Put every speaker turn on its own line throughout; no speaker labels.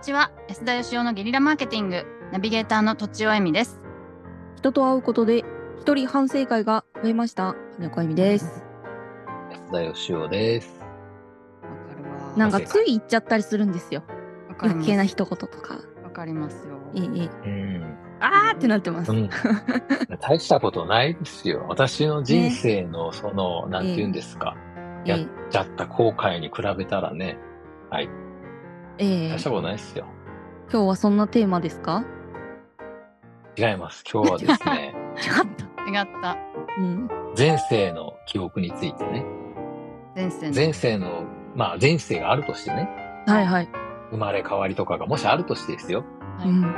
ちは安田義雄のゲリラマーケティングナビゲーターのとちおえみです
人と会うことで一人反省会が増えました金子恵美です
安田義雄です。
わかるわ
なんかつい言っちゃったりするんですよ
わかり
余
ま
計な
す
一言とか
わかりますよ
ええええ
うん。
あーってなってます、
うん大したことないですよ。私の人生の、その、なんて言うんですか、
え
やっちゃった後悔に比べたらね、
えええ
大したことないですよ。
今日はそんなテーマですか
違います。今日はですね、
違った
違った
うん
前世の記憶についてね、
前世の
前世の、まあ前世があるとしてね、
はいはい、
生まれ変わりとかがもしあるとしてですよ、
は
う
い
ん、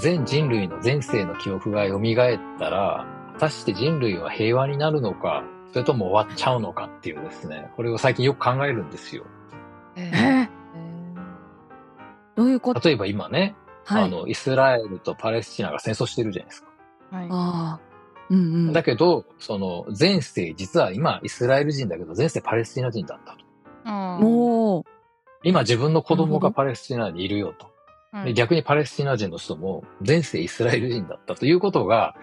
全人類の前世の記憶が蘇ったら、果たして人類は平和になるのか、それとも終わっちゃうのかっていうですね、これを最近よく考えるんですよ。
え
え
ー
えどういうこと
例えば今ね、
は
あ
い
の、イスラエルとパレスチナが戦争してるじゃないですか。
はい
あーうんうん
だけど、その、前世、実は今、イスラエル人だけど、前世パレスチナ人だったと。
あー
もう
今、自分の子供
なるほ
が
ど
パレスチナにいるよと。
うん
で逆にパレスチナ人の人も、前世イスラエル人だったということが、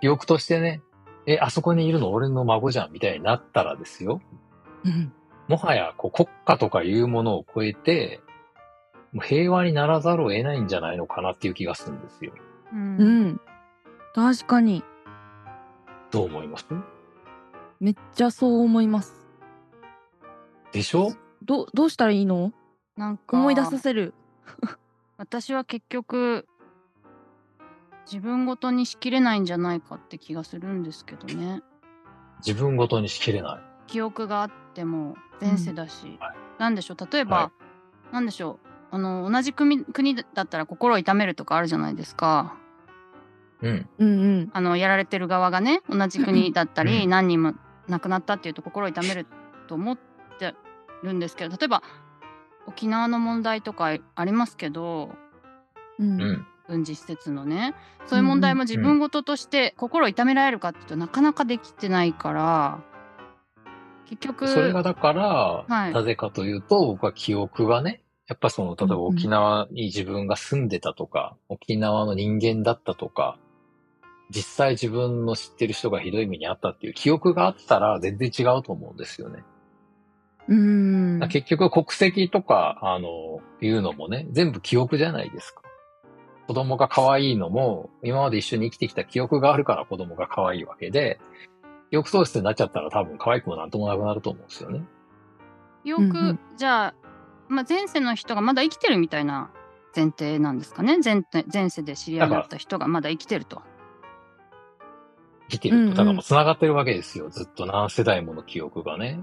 記憶としてね、え、あそこにいるの俺の孫じゃん、みたいになったらですよ。
うん
もはや、こう、国家とかいうものを超えて、もう平和にならざるを得ないんじゃないのかなっていう気がするんですよ。
う
うんん確かに
どう思います
めっちゃそう思います
でしょ
どうどうしたらいいの
なんか
思い出させる
私は結局自分ごとにしきれないんじゃないかって気がするんですけどね
自分ごとにしきれない。
記憶があっても前世だし、
はい
なんでしょう例えば、
は
なんでしょうあの同じ国国だったら心を痛めるとかあるじゃないですか
うん。
うんうん
あのやられてる側がね同じ国だったり、
うん
何人も亡くなったっていうと心を痛めると思ってるんですけど例えば沖縄の問題とかありますけど
うん
うん。
軍事施設のねそういう問題も自分事として心を痛められるかっていうとなかなかできてないから結局
それがだから、
はい
なぜかというと、僕は記憶がね、やっぱその、例えば
うんうん
沖縄に自分が住んでたとか、沖縄の人間だったとか、実際自分の知ってる人がひどい目にあったっていう記憶があったら全然違うと思うんですよね。
うーん
結局国籍とか、あの、いうのもね、全部記憶じゃないですか。子供が可愛いのも、今まで一緒に生きてきた記憶があるから子供が可愛いわけで、記憶喪失になっちゃったら多分可愛くもなんともなくなると思うんですよね。
よ
うんう
く
ん
じゃあ、まあ、前世の人がまだ生きてるみたいな前提なんですかね前提前世で知り合いだった人がまだ生きてると。
生きてると。
うんうん
だからもう繋がってるわけですよ。ずっと何世代もの記憶がね。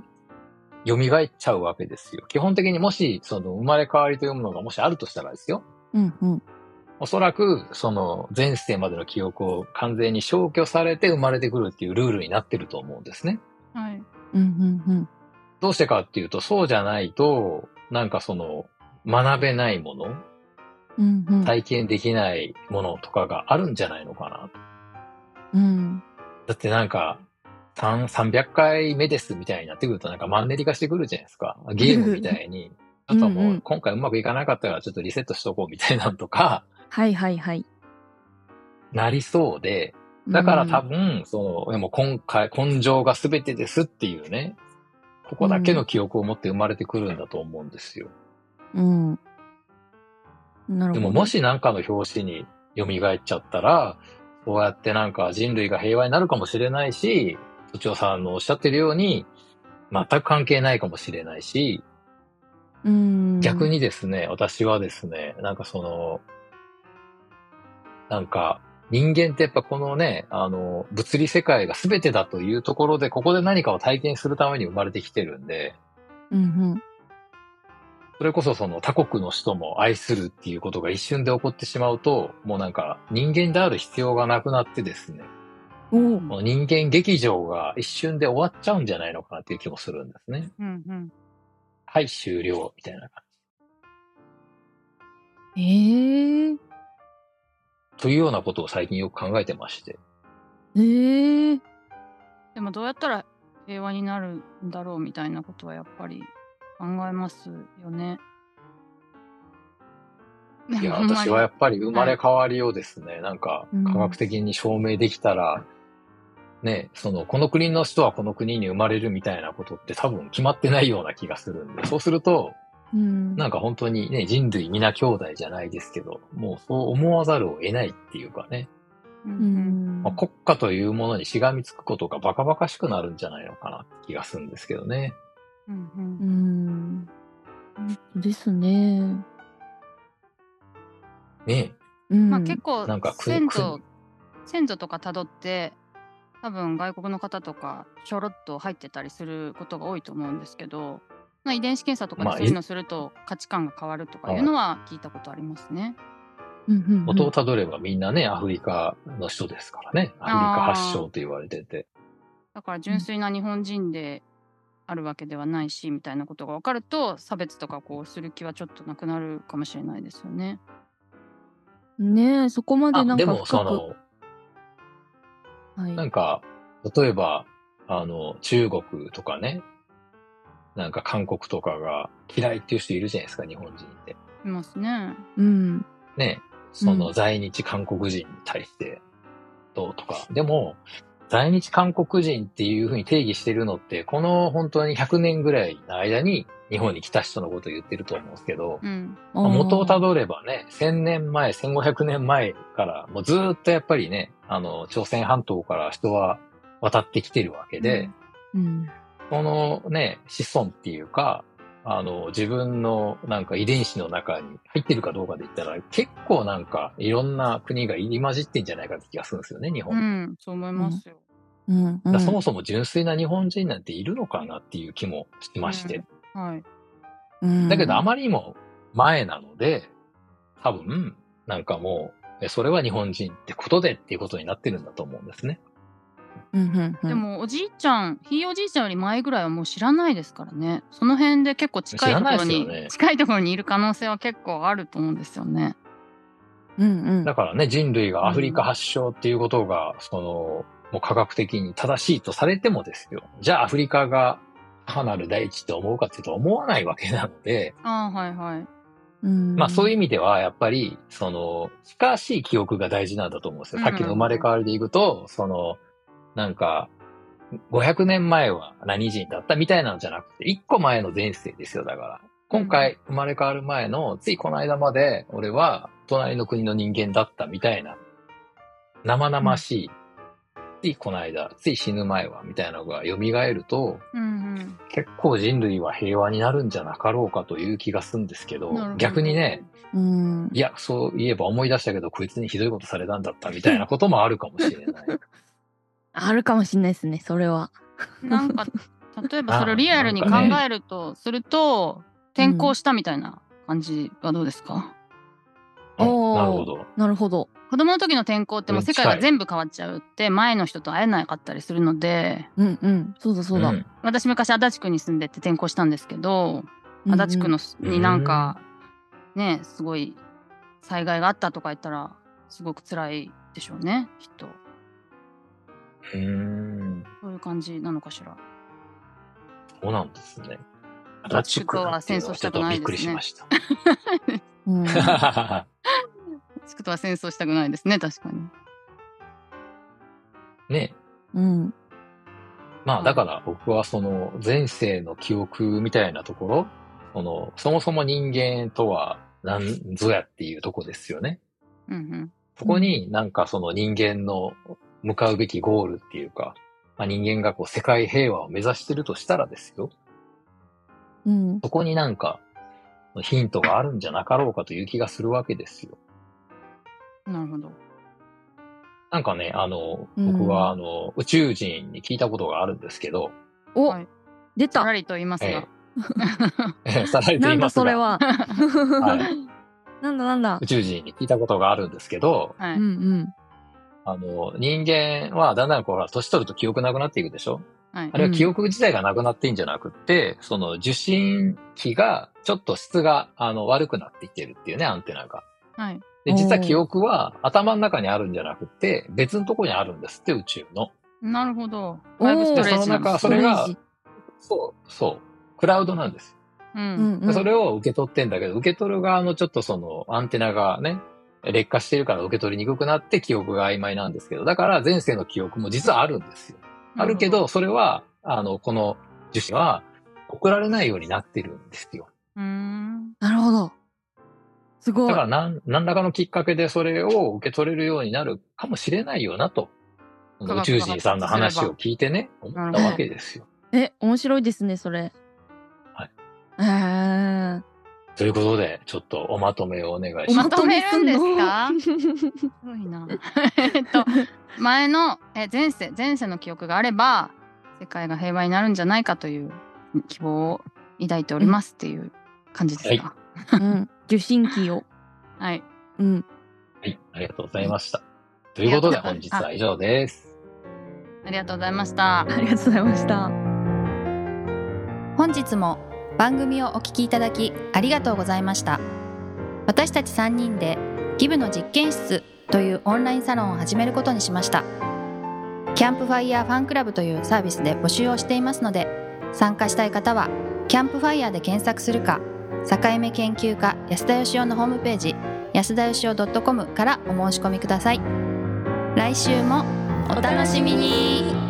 蘇っちゃうわけですよ。基本的にもし、その生まれ変わりというものがもしあるとしたらですよ。
うんうん
おそらく、その前世までの記憶を完全に消去されて生まれてくるっていうルールになってると思うんですね。
はい、
うんうんうん
どうしてかっていうと、そうじゃないと、なんかその、学べないもの、
うんうん
体験できないものとかがあるんじゃないのかなと。
うん
だってなんか、3 300回目ですみたいになってくるとなんかマンネリ化してくるじゃないですか。ゲームみたいに。あとは
うん
も
うん
う今回うまくいかなかったからちょっとリセットしとこうみたいなのとか、
はいはいはい。
なりそうで、だから多分、その、でも今回、根性が全てですっていうね、ここだけの記憶を持って生まれてくるんだと思うんですよ。
うん。うん。なるほど。
でももしなんかの表紙に蘇っちゃったら、こうやってなんか人類が平和になるかもしれないし、都庁さんのおっしゃってるように、全く関係ないかもしれないし、
うん、
逆にですね、私はですね、なんかその、なんか、人間ってやっぱこのね、あの、物理世界が全てだというところで、ここで何かを体験するために生まれてきてるんで、
うん
それこそその他国の人も愛するっていうことが一瞬で起こってしまうと、もうなんか人間である必要がなくなってですね、
うん。おー
もう人間劇場が一瞬で終わっちゃうんじゃないのかなっていう気もするんですね。
うんうん、
はい、終了、みたいな感じ。
えー、
というようなことを最近よく考えてまして。
えー、
でもどうやったら平和になるんだろうみたいなことはやっぱり考えますよね。い
いや、私はやっぱり生まれ変わりをですね、なんか
うん
科学的に証明できたら、ね、その、この国の人はこの国に生まれるみたいなことって多分決まってないような気がするんで、そうすると、
うん
なんか本当にね、人類皆兄弟じゃないですけど、もうそう思わざるを得ないっていうかね、
う
うんん
まあ、国家というものにしがみつくことがバカバカしくなるんじゃないのかなって気がするんですけどね。
うんう
うんんですね。
ね
うん
まあ結構
なんかく
先祖先祖とかたどって多分外国の方とかちょろっと入ってたりすることが多いと思うんですけど、まあ、遺伝子検査とか
まあ
でそういうのすると価値観が変わるとかいうのは聞いたことありますね。
うんうんうん
元をたどればみんなね、アフリカの人ですからね。アフリカ発祥と言われてて。
だから純粋な日本人であるわけではないしみたいなことが分かると差別とかこうする気はちょっとなくなるかもしれないですよね。
ねえそこまでな
あ、
んか
で
深
もそ
く
の、
はい
なんか、例えば、あの、中国とかね、なんか韓国とかが嫌いっていう人いるじゃないですか、日本人って。
いますね。
うん
ね、そ
うん
の在日韓国人に対して、どうとか。でも、在日韓国人っていうふうに定義してるのって、この本当に100年ぐらいの間に日本に来た人のことを言ってると思うんですけど、
うん。
あ
まあ
ー
元をたどればね、1000年前、1500年前から、もうずーっとやっぱりね、あの、朝鮮半島から人は渡ってきてるわけで、
うん
そのね、子孫っていうか、あの、自分のなんか遺伝子の中に入ってるかどうかで言ったら、結構なんかいろんな国が入り混じってんじゃないかって気がするんですよね、日
う
本。
ん、そう思いますよ。
うんう
だか
ん
らそもそも純粋な日本人なんているのかなっていう気もしまして。
はい。
うん
だけどあまりにも前なので、多分、なんかもう、えそれは日本人ってことでっていうことになってるんだと思うんですね。
うんうんうん
でもおじいちゃんひいおじいちゃんより前ぐらいはもう知らないですからねその辺で結構近いところに、
知らないですよね
近いところにいる可能性は結構あると思うんですよね。
うんうん
だからね、人類がアフリカ発祥っていうことが、その、もう科学的に正しいとされてもですよ。じゃあアフリカが、母なる大地って思うかっていうと思わないわけなので、
ああはいはい。
うん
まあそういう意味では、やっぱり、その、近しい記憶が大事なんだと思うんですよ。
うん
さっきの生まれ変わりでいくと、その、なんか、500年前は何人だったみたいなのじゃなくて、1個前の前世ですよ、だから。今回生まれ変わる前の、ついこの間まで、俺は隣の国の人間だったみたいな、生々しい、ついこの間、つい死ぬ前は、みたいなのが蘇ると、
うん
結構人類は平和になるんじゃなかろうかという気がするんですけ
うん、なるほ
ど
ど
逆にね、
うん
いや、そういえば思い出したけど、こいつにひどいことされたんだったみたいなこともあるかもしれ ない。
あるかもしれないですねそれは
なんか例えば
ああ
それをリアルに考
なんか
えると、すると転校したみたいな感じはどうですか、
うん
おー
なるほど。
なるほど
子供の時の転校ってもう世界
う
が
ん近い
全部変わっちゃうって前の人と会えなかったりするので
うんうんそうだそうだ、
ん
私昔足立区に住んでて転校したんですけど足立区のす
うん
になんかねすごい災害があったとか言ったらすごく辛いでしょうねきっと
うーん。
そういう感じなのかしら
そうなんですね。
足立区は戦争したくない
ちょっとびっくりしました。
うん、うん
つくとは戦争したくないですね確かに
ね。
うん
まあ、だから僕はその前世の記憶みたいなところ、その、そもそも人間とは何ぞやっていうとこですよね。
うん
そこになんかその人間の向かうべきゴールっていうか、まあ、人間がこう世界平和を目指してるとしたらですよ。
うん
そこになんか、ヒントがあるんじゃなかろうかという気がするわけですよ。
うんなるほど
なんかね、あの、
うん
僕は、あの、宇宙人に聞いたことがあるんですけど、
お、
はい
出
さら
た
りと言います
え
が、
え、さらりと
な
言い
ん
ま
だ
す
それ
が、
は、
はい
なんだなんだ
宇宙人に聞いたことがあるんですけど、
はい、
うんうん
あの、人間はだんだんこう、ほら年取ると記憶なくなっていくでしょ
はい
あれは記憶自体がなくなっていいんじゃなくって、その受信機がちょっと質があの悪くなっていってるっていうね、アンテナが。
はい
で、実は記憶は頭の中にあるんじゃなくて、別のところにあるんですって、宇宙の。
なるほどフ
おー
ァイブストレージ
その
なんで
中、
す
それ
ストレー
が
ジ、
そう、そう、クラウドなんです。
う。
うんんうん
それを受け取ってんだけど、受け取る側のちょっとそのアンテナがね、劣化してるから受け取りにくくなって記憶が曖昧なんですけど、だから前世の記憶も実はあるんですよ。あるけど、それは、あの、この樹脂は送られないようになってるんですよ。
うーん。
なるほど。すごい。
だから何、何らかのきっかけでそれを受け取れるようになるかもしれないよなと、
科学
宇宙人さんの話を聞いてね、
ば
思ったわけですよ。
え、面白いですね、それ。
はい。
えー、
ということで、ちょっとおまとめをお願いしま
ま。
す
とめるんですか
まとめすんの
すごいな。えっと、前の、え、前世、前世の記憶があれば、世界が平和になるんじゃないかという希望を抱いておりますっていう感じですか。
うん。受信機を。
はい。
うん。
はい、ありがとうございました。ということで、本日は以上です。
ありがとうございました。
ありがとうございました。
本日も番組をお聞きいただきありがとうございました私たち3人でギブの実験室というオンラインサロンを始めることにしましたキャンプファイヤーファンクラブというサービスで募集をしていますので参加したい方はキャンプファイヤーで検索するか境目研究家安田義雄のホームページ安田義雄 .com からお申し込みください来週もお楽しみに